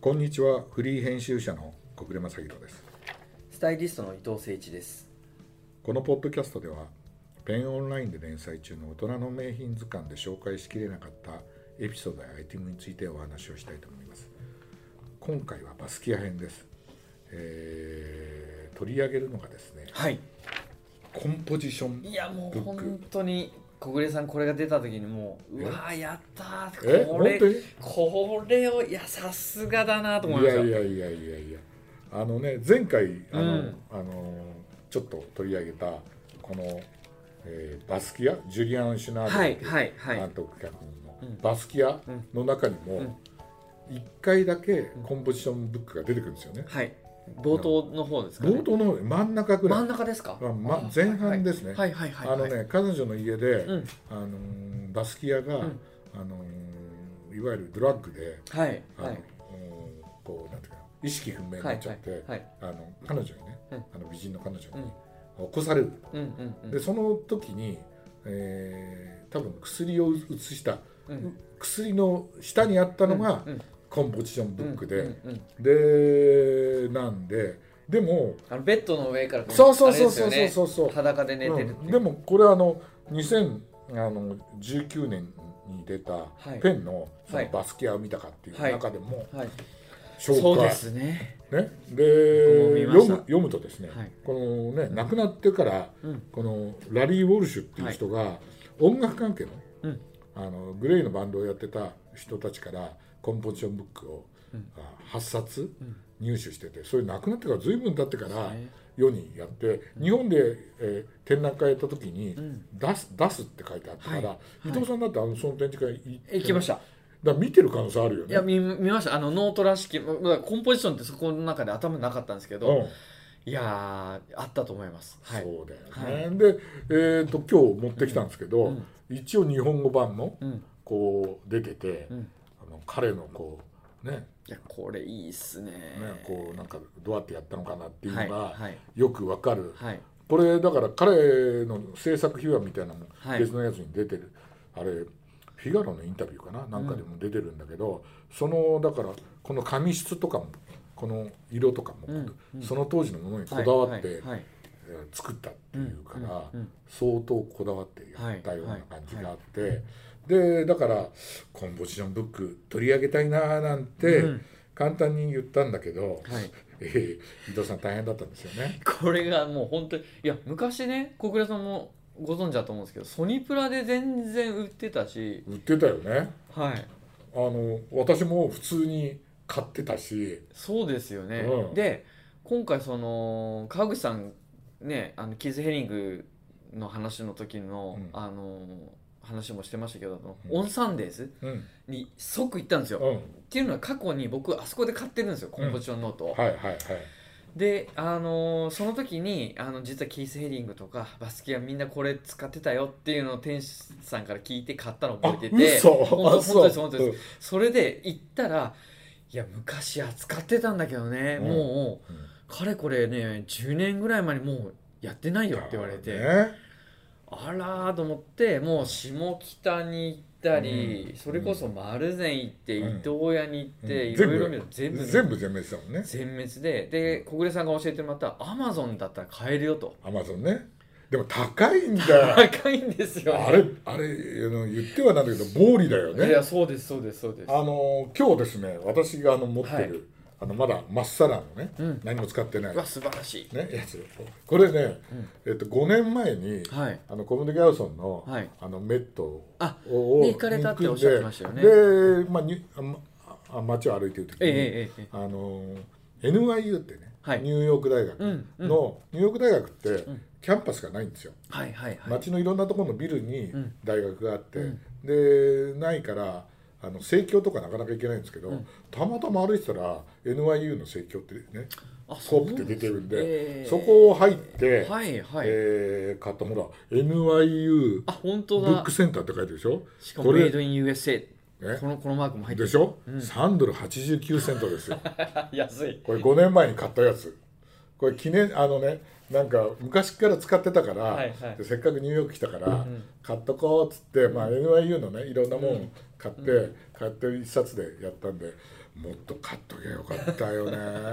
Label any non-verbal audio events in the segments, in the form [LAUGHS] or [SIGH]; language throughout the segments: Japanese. こんにちはフリー編集者の小暮正弘ですスタイリストの伊藤誠一です。このポッドキャストではペンオンラインで連載中の大人の名品図鑑で紹介しきれなかったエピソードやアイテムについてお話をしたいと思います今回はバスキア編です、えー取り上げるのがですねはい。コンポジションいやもうブック本当に小暮さんこれが出た時にもううわーやったえーこ本れ当にこれをいやさすがだなと思いいまやした。いやいやいやいやあのね前回あの、うんあのちょっと取り上げたこの、えーバスキアジュリアン・シュナーはデいルはいはい。監督脚本の、うんバスキアの中にうもん1回だけコンポジションブックが出てくるんですよね、はい。冒頭の方ですかね。冒頭の真ん中ぐらい真ん中ですか。あま前半ですねはいはいはい。あのね。彼女の家で、うん。あのーバスキアが、うあんのーいわゆるドラッグではいあの、はい。うんこうなんていうか意識不明になっちゃって、はいはいはいあの彼女にね、うんあの美人の彼女にうん起こされる、うんうんうん。でその時に、えー多分薬を写したうん薬の下にあったのがうんうんコンポジションブックで、うんうんうでんなんででもあのベッドの上からこそうそうそうそあうれですそよねうそう、裸で寝てるってういんう。でもこれあの2019年に出たいペンのそはのいバスケアを見たかっていう中でもはい。紹介、そうですね。ね、僕もで見ま読しむた読むとですね、はいこのね亡くなってから、うんこのラリー・ウォルシュっていう人が、音楽関係の,、うんあのグレイのバンドをやってた人たちからコンポジションブックを、うんあ8冊うん入手しててそれ亡くなってから随分経ってからね世にやって、日本で、えー展覧会やった時に、ん出す出すって書いてあったから、は伊藤さんだってあのその展示会行って行きました。だから見てる可能性あるよね。いや見見ましたあのノートらしきままあコンポジションってそこの中で頭なかったんですけど、うんいやーあったと思いますはいそうだよね、で、えー、と今日持ってきたんですけど、うん一応日本語版もうんこう出てて、うんあの彼のこうねいやこれいいっすねねこうなんかどうやってやったのかなっていうのはがいはいよくわかる、はいこれだから彼の制作秘話みたいなのもはい別のやつに出てる、あれフィガロのインタビューかななんかでも出てるんだけど、そのだからこの紙質とかもこの色とかも、うんうんその当時のものにこだわって、はいはいはいえー作ったっていうから、うんうん相当こだわってやったような感じがあって、でだからコンポジションブック取り上げたいなーなんてうん簡単に言ったんだけど、はいえー伊藤さん大変だったんですよね。これがもう本当にいや昔ね小倉さんもご存知だと思うんですけどソニプラで全然売ってたし売ってたよねはいあの私も普通に買ってたし、そうですよね、うんで今回その川口さんねあのキーズ・ヘリングの話の時の、うんあの話もしてましたけど、あのうんオンサンデーズうんに即行ったんですよ、うっん、ていうのは過去に僕あそこで買ってるんですよコンポジションノートを、はいはいはいであのその時にあの実はキース・ヘリングとかバスケはみんなこれ使ってたよっていうのを店主さんから聞いて買ったのを覚えてて嘘本当あ本当ですそう本当ですそれで行ったらいや昔扱ってたんだけどね、うんもううんかれこれね10年ぐらい前にもうやってないよって言われて、ねあらーと思ってもう下北に行ったり、それこそ丸善行って、うん伊東屋に行って、うんいろいろ見る全部全部全滅だもんね全滅でで小暮さんが教えてもらったアマゾンだったら買えるよとアマゾンねでも高いんだよ高いんですよ、あれあれあの言ってはなんだけど暴利だよいやね。そうですそうですそうですあの今日ですね私があの持ってる、はいあのまだまっさらのね、うん何も使ってないうわ素晴らしいねやつこれね、うんえっと5年前に、はいあのコムデ・ギャルソンの,、はいあのメットをあをに行かれたっておっしゃってましたよねで、まあ、にあまあ街を歩いてる時に、ええええええあの NYU ってね、はいニューヨーク大学の、うんうニんューヨーク大学って、んキャンパスがないんですよ。はいはいはい、町のいろんなところのビルにうん大学があって、うんでないからあの生協とかなかなか行けないんですけど、うんたまたま歩いてたら NYU の生協ってねあコープって出てるんでそええこを入って、はいはい、えー買ったほら NYU あ本ブ当ッだクセンターって書いてるでしょしかもこれメイドイン USA えこのこのマークも入ってでるしょ、3ドル89セントですよ [LAUGHS] 安いこれ5年前に買ったやつこれ記念あのねなんか昔から使ってたから、はいはいでせっかくニューヨーク来たから、ん買っとこうっつって、まあ、NYU のねいろんなもん買って、買って一冊でやったんでもっと買っときゃよかったよ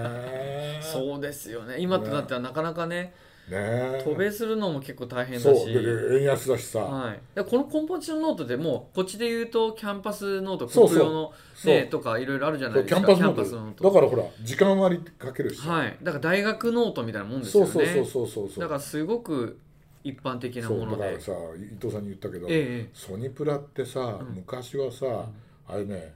ねね [LAUGHS] そうですよね今となってはなかなかねえ渡米するのも結構大変だしそうでで円安だしさ、はい、でこのコンポジションノートでもこっちで言うとキャンパスノートそうそう国用の、そうね、とかいろいろあるじゃなそいうでキすャかンパスノートだかからほら時間割りかけるしさ、はい、だから大学ノートみたいなもんですそようねそうそうそうそうそうだからすごく一般的なそうものだからでさ伊藤さんに言ったけど、ええソニプラってさ、うん昔はさ、あれね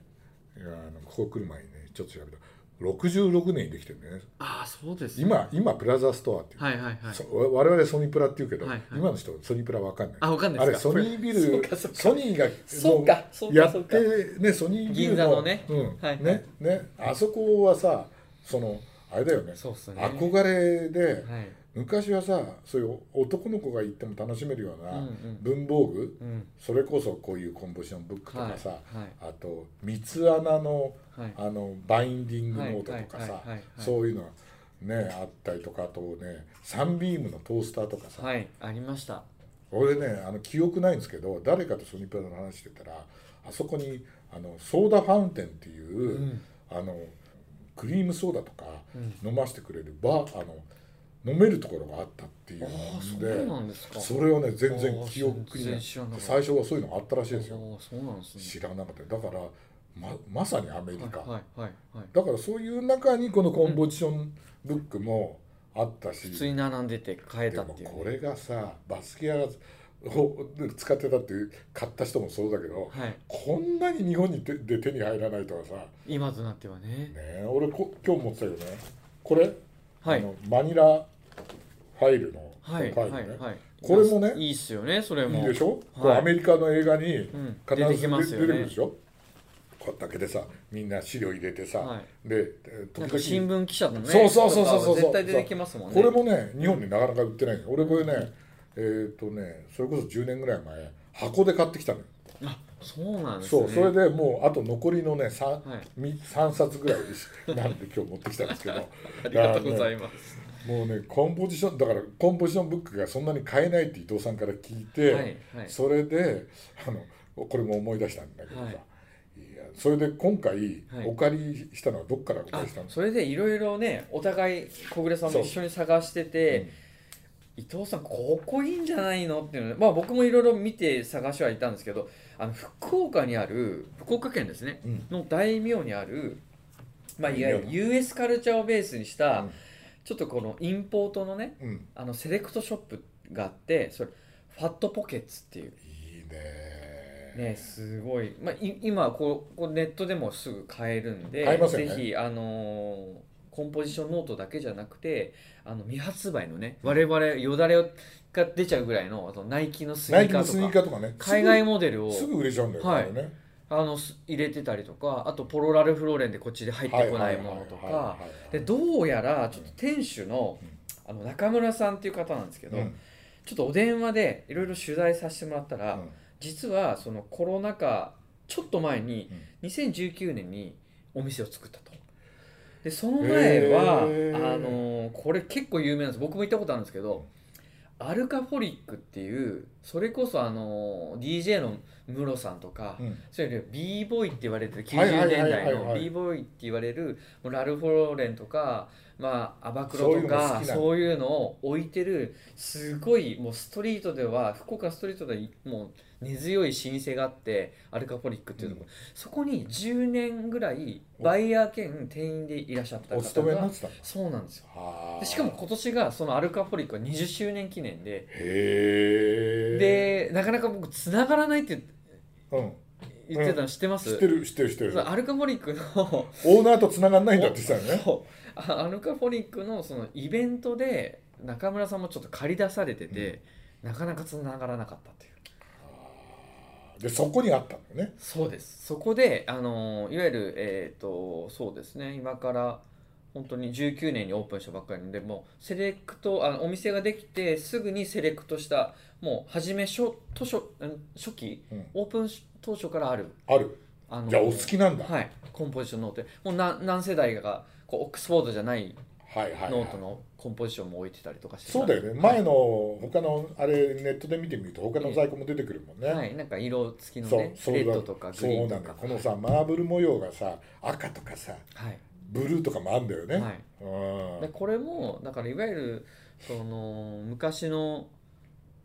いやあのここ来る前にねちょっと調べた66年にできてるんだよねああそうですよ今今プラザストアっていう、はいはいはいそ我々ソニプラっていうけど、はいはい今の人ソニプラわかんないあわかんなあいでれすかソニービそうルかそうかソニーがそうかそうかやっそうかてねソニービル銀座のねうんはいはいねねあそこはさそのあれだよねそうっすね憧れで、はい昔はさそういう男の子が行っても楽しめるよううんうなん文房具、うんそれこそこういうコンポジションブックとはいかさ、はいあと三つ穴のはいあのバインディングノはいートとかさはいはいはいはいそういうのねあったりとかあとねサンビームのトースターとかさ、はいありました俺ねあの記憶ないんですけど誰かとソニプラの話してたらあそこにあのソーダファウンテンっていう、うんあのクリームソーダとかうん飲ませてくれるバーあの飲めるところがあったっていうあのあそうでなんですかそれをね全然記憶に全な然い知らなかった最初はそういうのがあったらしいですよああそうなんです知ねらなかっただからままさにアメリカ、はいはいはいはいだからそういう中にこのコンポジションブックもあったし、普通に並んでて変えでたもっていうねこれがさバスケアがを使ってたっていう買った人もそうだけど、はいこんなに日本に手で手に入らないとはさ、ね今となってはねえ、俺こ今日持ってたけどねこれ、はあいのマニラファイルのはいこはのいファイルねはいこれもねいいっすよねそれいもいでしょ、これはいアメリカの映画にん必出てずきますよ出てねくるでしょ、これだけでさみんな資料入れてさ、はで時なん々か新聞記者のねそうそうそうそうとかそはう絶対出てきますもんねこれもね日本になかなか売ってないの俺これねえっ、とねそれこそ10年ぐらい前箱で買ってきたのよあそうなんですそねうそれでもうあと残りのね 3,、はいみ三冊ぐらいです [LAUGHS] なんで今日持ってきたんですけどありがとうございまますす、もうねコンポジションだからコンポジションブックがそんなに買えないって伊藤さんから聞いて、はいはいそれであのこれも思い出したんだけどさ、はいいやそれで今回、はいお借りしたのはどっからお借ありしたんですかそれでいろいろねお互い小暮さんも一緒に探してて、伊藤さんここいいんじゃないのっていうのでまあ僕もいろいろ見て探しはいたんですけどあの福岡にある福岡県ですねうんの大名にある、まあ、いわゆる大名 US カルチャーをベースにしうた、んちょっとこのインポートのねうん、あのセレクトショップがあってそれファットポケッツっていういいねねすごい、まあ、い今こうこうネットでもすぐ買えるんで買えますよねぜひあのーコンポジションノートだけじゃなくてあの未発売のね我々よだれが出ちゃうぐらいのあとナイキのスニナーイキカのースニとーかカーとかね海外もモデルをすぐ売れちゃうんだよね,はいあれね、あのす入れてたりとかあとポロラルフローレンでこっちで入ってこないものとはいはいかはいはいでどうやらちょっと店主のうんあの中村さんっていう方なんですけど、うんちょっとお電話でいろいろ取材させてもらったら、うん実はそのコロナ禍ちょっと前にうん2019年にお店を作ったとでその前は、へーあのーこれ結構有名なんです僕も行ったことあるんですけど、アルカフォリックっていうそれこそあのー DJ のムロさんとか、うんそういう b ボーイって言われてるはいはいは90い年はい代はいの b ボーイって言われるもうラルフ・ローレンとか、まあ、アバクそういロうとのが好かきなのそういうのを置いてるすごいもうストリートでは福岡のストリートではもう根強い老舗があってアルカポリックっていうところ、そこに10年ぐらいバイヤー兼店員でいらっしゃったお方勤めにながってたのそうなんですよはあでしかも今年がそのアルカポリックは20周年記念でへえ、でなかなか僕つながらないってうん、言ってたの知ってま知す、ってる知ってる知ってるそうアルカポリックのオーナーと繋がんないんだって言ってたよねそうあアルカフォニックのそのイベントで中村さんもちょっと借り出されてて、なかなかつながらなかったというでそこにあったのねそうですそこで、あのーいわゆる、えー、とそうですね今から本当に19年にオープンしたばっかりなのでもうセレクトあのお店ができてすぐにセレクトしたもう初め初図書うん初期うんオープン当初からあるあるあのーじゃあお好きなんだ、はい、コンポジションノートでもう何何世代かがこうオックスフォードじゃないはいはいはいノートのコンポジションも置いてたりとかしてたそうだよね前の他のあれネットで見てみると他の在庫も出てくるもんね、はい、なんか色付きのそうねそうレッドとかグリーそうンとなんだかよこのさマーブル模様がさ赤とかさはいブルーとかもあんだよね、はいうんでこれもだからいわゆるその昔の、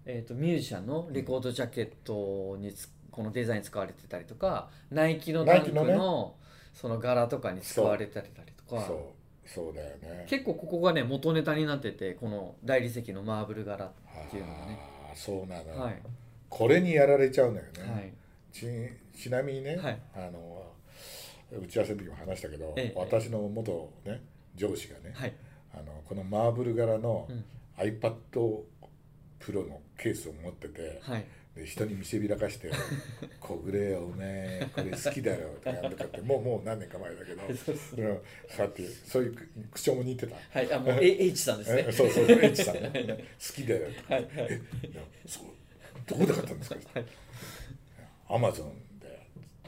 えー、とミュージシャンのレコードジャケットにつこのデザイン使われてたりとかナイキのダンクのナイキその柄とかに使われてたりとかそうそうだよね結構ここがね元ネタになっててこの大理石のマーブル柄っていうのがねああそうなのよ、はいこれにやられちゃうのよね、はいちちなみにね、はいあの打ち合わせの時も話したけど、ええ私の元、ね、上司がね、はいあのこのマーブル柄のうん iPad プロのケースを持ってて、はいで人に見せびらかして [LAUGHS] 「こぐれよおめえこれ好きだよ」とかなんとかってもうもう何年か前だけど、うん、そうですそうやってそういう口調も似てた。 [LAUGHS] はいあもう A- H さんですねえそうそうそう、H さんね、好きだよ。はいはいいやそうどこで買ったんですかはいアマゾンで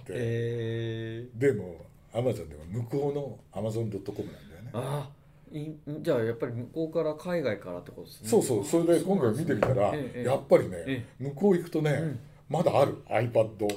って、えーでもアマゾンでも向こうのアマゾン .com なんだよねああいじゃあやっぱり向こうから海外からってことですねそうそうそれで今回見てみたら、そうなんですねええやっぱりね、え向こう行くとね、んまだある iPad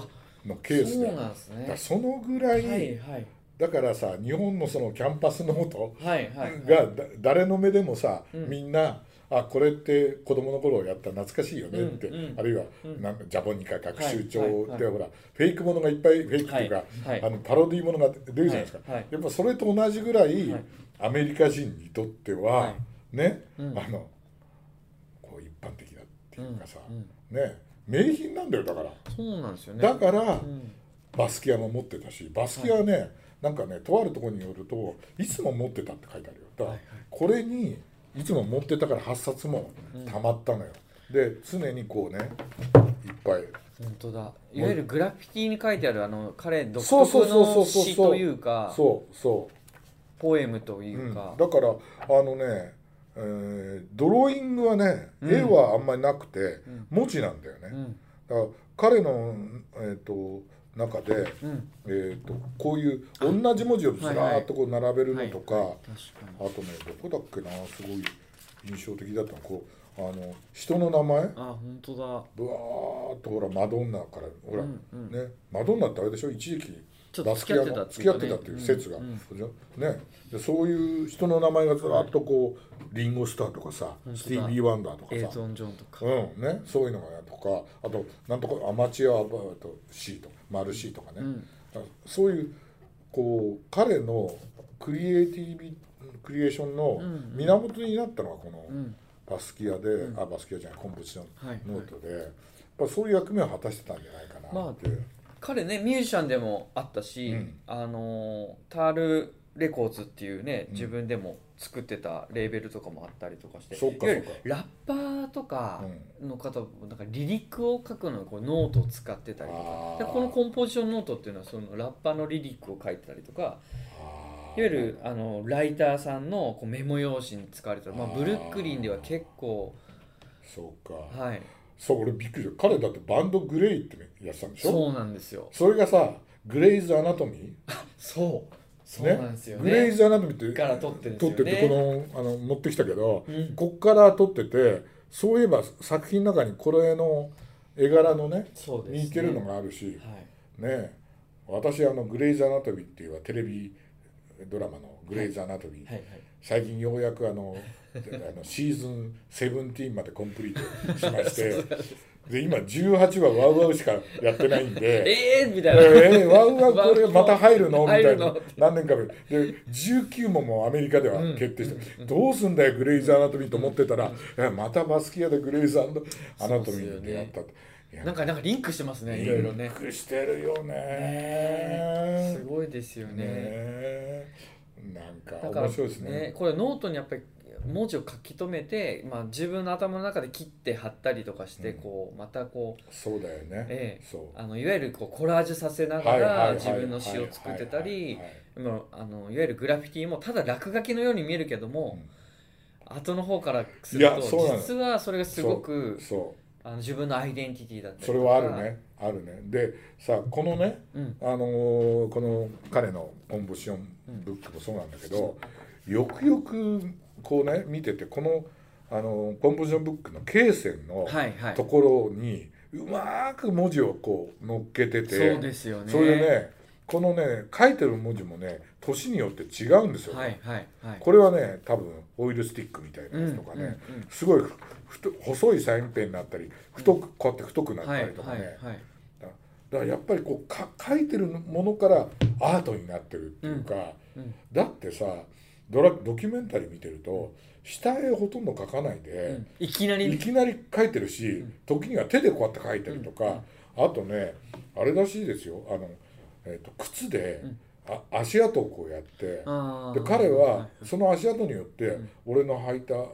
のケースでそうなんですだねからそのぐらい、はいはいだからさ日本のそのキャンパスノートはいはいはいがだ誰の目でもさ、うんみんなあこれって子供の頃やった懐かしいよねって、うんうんあるいは、うんなんかジャボニカ学習帳で、はいはいはいほらフェイクものがいっぱいフェイクっていうか、はいあのパロディーものが出るじゃないですか、はいはいやっぱそれと同じぐらい、はいアメリカ人にとっては、はいね、うんあのこう一般的だっていうかさ、うんうんね名品なんだよだから、そうなんですよねだからうんバスキアも持ってたしバスキアはね、なんかねとあるところによるといつも持ってたって書いてあるよだからはいはいこれにいつも持ってたから8冊もたまったのよ、で常にこうねいっぱい本当だいわゆるグラフィティに書いてあるあの彼独そうそう特そうそのうそう詩というかそうそう、ポエムといううんか、だからあのね、えードローイングはね、うん絵はあんまりなくて、ん文字なんだよね、うだかんら彼の、えー、と中で、うんえー、とこういう同じ文字をずらーっとこう並べるのとか、確かにあとねどこだっけなすごい印象的だったのこうあの人の名前あ本当だぶわーっとほらマドンナからほら、うんうんねマドンナってあれでしょ一時期ちょっとバスキアの付付きき合合っっててたたっってていうういかね説が、ねでそういう人の名前がずらっとこうリンゴスターとかさ本当だスティービー・ワンダーとかエイさ、トン・ジョンとか、うんね、そういうのがやとかあとなんとかアマチュアアバート C とかマル C とかね、うんそういうこう彼のクリエイティビクリエーションのうんうん源になったのがこうのん、バスキアで、んあバスキアじゃないコンポジショはいンノートで、やっぱそういう役目を果たしてたんじゃないかなって、彼ねミュージシャンでもあったし、うんあのータールレコーズっていうね自分でも作ってたレーベルとかもあったりとかして、そっかいわゆるそっかラッパーとかの方もなんかリリックを書くのにこうノートを使ってたりとあかーでこのコンポジションノートっていうのはそのラッパーのリリックを書いてたりとかいわゆるあのライターさんのこうメモ用紙に使われてる、まあ、あーブルックリンでは結構そうか、はいそう俺びっくりした彼だってバンドグレイってやってたんでしょそうなんですよそれがさグレイズ・アナトミーそうそうねなんですよグレイねズ・アナトミーってから撮ってるんです撮よっねててこのあの持ってきたけど、うんこっから撮っててそういえば作品の中にこれの絵柄のねそうですね似てるのがあるしはいね私あのグレイズ・アナトミーっていうテレビドラマのグレイズ・アナトミー、はいはい最近ようやくあ [LAUGHS] のあのシーズン17までコンプリートしま [LAUGHS] してで今18話ワウワウしかやってないんで。ええー、みたいな、えー、ワウワウこれまた入るのみた入るいのな何年か前で19ももうアメリカでは決定して、どうすんだよグレイズ・アナトミーと思ってたら、えまたバスキアでグレイズ・アナトミーに出会ったって、いやなんかなんかリンクしてますねいろいろねリンクしてるよねすごいですよねねなんかだから面白いですこれノートにやっぱり文字を書き留めて、まあ、自分の頭の中で切って貼ったりとかして、うんこうまたこうそうだよね。ええそう。あのいわゆるこうコラージュさせながら自分の詩を作ってたりもうあのいわゆるグラフィティもただ落書きのように見えるけども、後の方からするいやとそうなの実はそれがすごくそあの自分のアイデンティティだったりう、そとかれはあるね、あるね。で、さこのね、うんあのーこの彼のコンボションブックもそうなんだけど、よくよくこうね見ててこのあのコンポジションブックの経線のはいはいところにうまーく文字をこう乗っけててそうですよねそれでねこのね書いてる文字もね年によって違うんですよ、はいはいはいこれはね多分オイルスティックみたいなやつとかね、うんうんすごいふ太細いサインペンになったり太くこうやって太くなうっんはたいりとかね、はいはいだからやっぱりこうか書いてるものからアートになってるっていうか、うんだってさドラドキュメンタリー見てると下絵ほとんど描かないうで、んいきなりいきなり描いてるし、時には手でこうやって描いたりとか、あとねあれらしいですよあの、えー、と靴で、うんあ足跡をこうやって。あーで彼いはその足跡によってん俺の履いたあの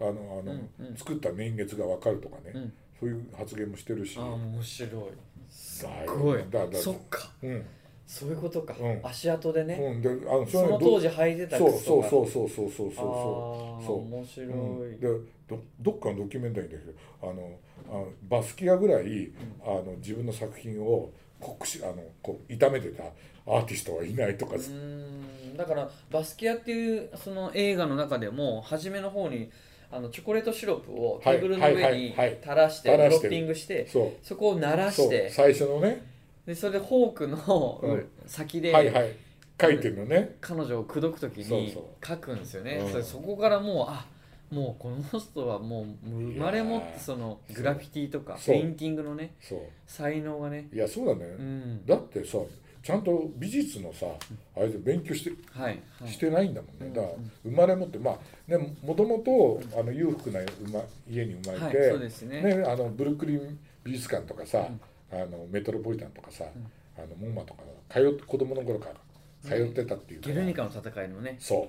あの、うんうん作った年月が分かるとかね、うんそういう発言もしてるしあー面白いすすごいだだそっかうんそういうことか、うん足跡でね、うん、であのそのど当時履いてた靴そとうかそううそうそうそうそうそうあーそう面白い、うん、でどどっかのドキュメンタリーであのあのバスキアぐらいあの自分の作品をこくしあのこう炒めてたアーティストはいないとかうーんだからバスキアっていうその映画の中でも初めの方にあのチョコレートシロップをテーブルのはいは上いにはいはい垂らして垂ドらロしてるッピングしてそうそこを鳴らそしうて最初のねでそれでフォークのうん先はいではい書いてるのね彼女を口説く時にそう書くんですよねうんそれそこからもうあもうこの人はもう生まれ持っいやてーそのグラフィティとかそペうインティングのねそう才能がねいやそうだね、うんだってさちゃんと美術のさあれで勉強して,、はいはいしてないんだもんねうんだから生まれ持ってまあねもともとあの裕福な生ま家に生まはれいて、そうですねねあのブルックリン美術館とかさ、あのメトロポリタンとかさ、あのモンマとか通って子供の頃から通ってたっていうかゲら、ルニカの戦いのねそ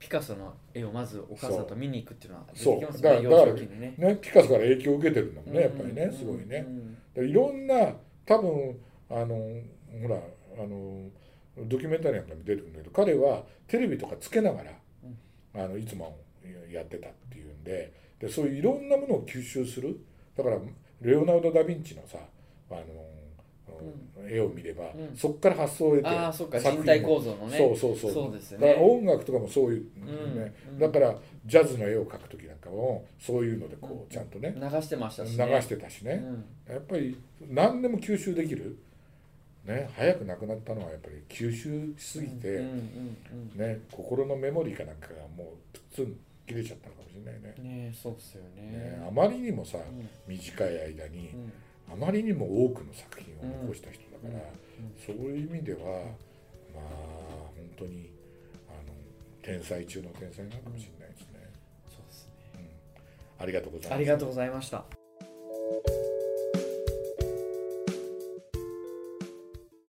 ピカソの絵をまずお母さんと見に行くっていうのはでうきまそうすだかねら幼だから少期にね。ねピカソから影響を受けてるのもねやっぱりうねんすごいね。うんでいろんな多分あのほらあのドキュメンタリーなんかに出てくるんだけど彼はテレビとかつけながら、あのいつもやってたっていうんででそういういろんなものを吸収するだからレオナルド・ダ・ヴィンチのさあの、絵を見れば、うんそこから発想を得てああそっか作人品体も構造のねそうそうそうそうですよだからね。音楽とかもそういう、うんねうんだからジャズの絵を描く時なんかもそういうのでこうちゃんとね、流してました流しね。してたしね、うんやっぱり何でも吸収できる、ね、早く亡くなったのはやっぱり吸収しすぎて、うんうんね、心のメモリーかなんかがもうプツン切れちゃったのかもしれないね。うんねえそうですよねね。あまりにもさ、ん短い間にうんあまりにも多くの作品を残した人だから、うんそういう意味ではまあ本当にあの天才中の天才なのかもしれないですね。そうですね。ありがとうございます。ありがとうございました。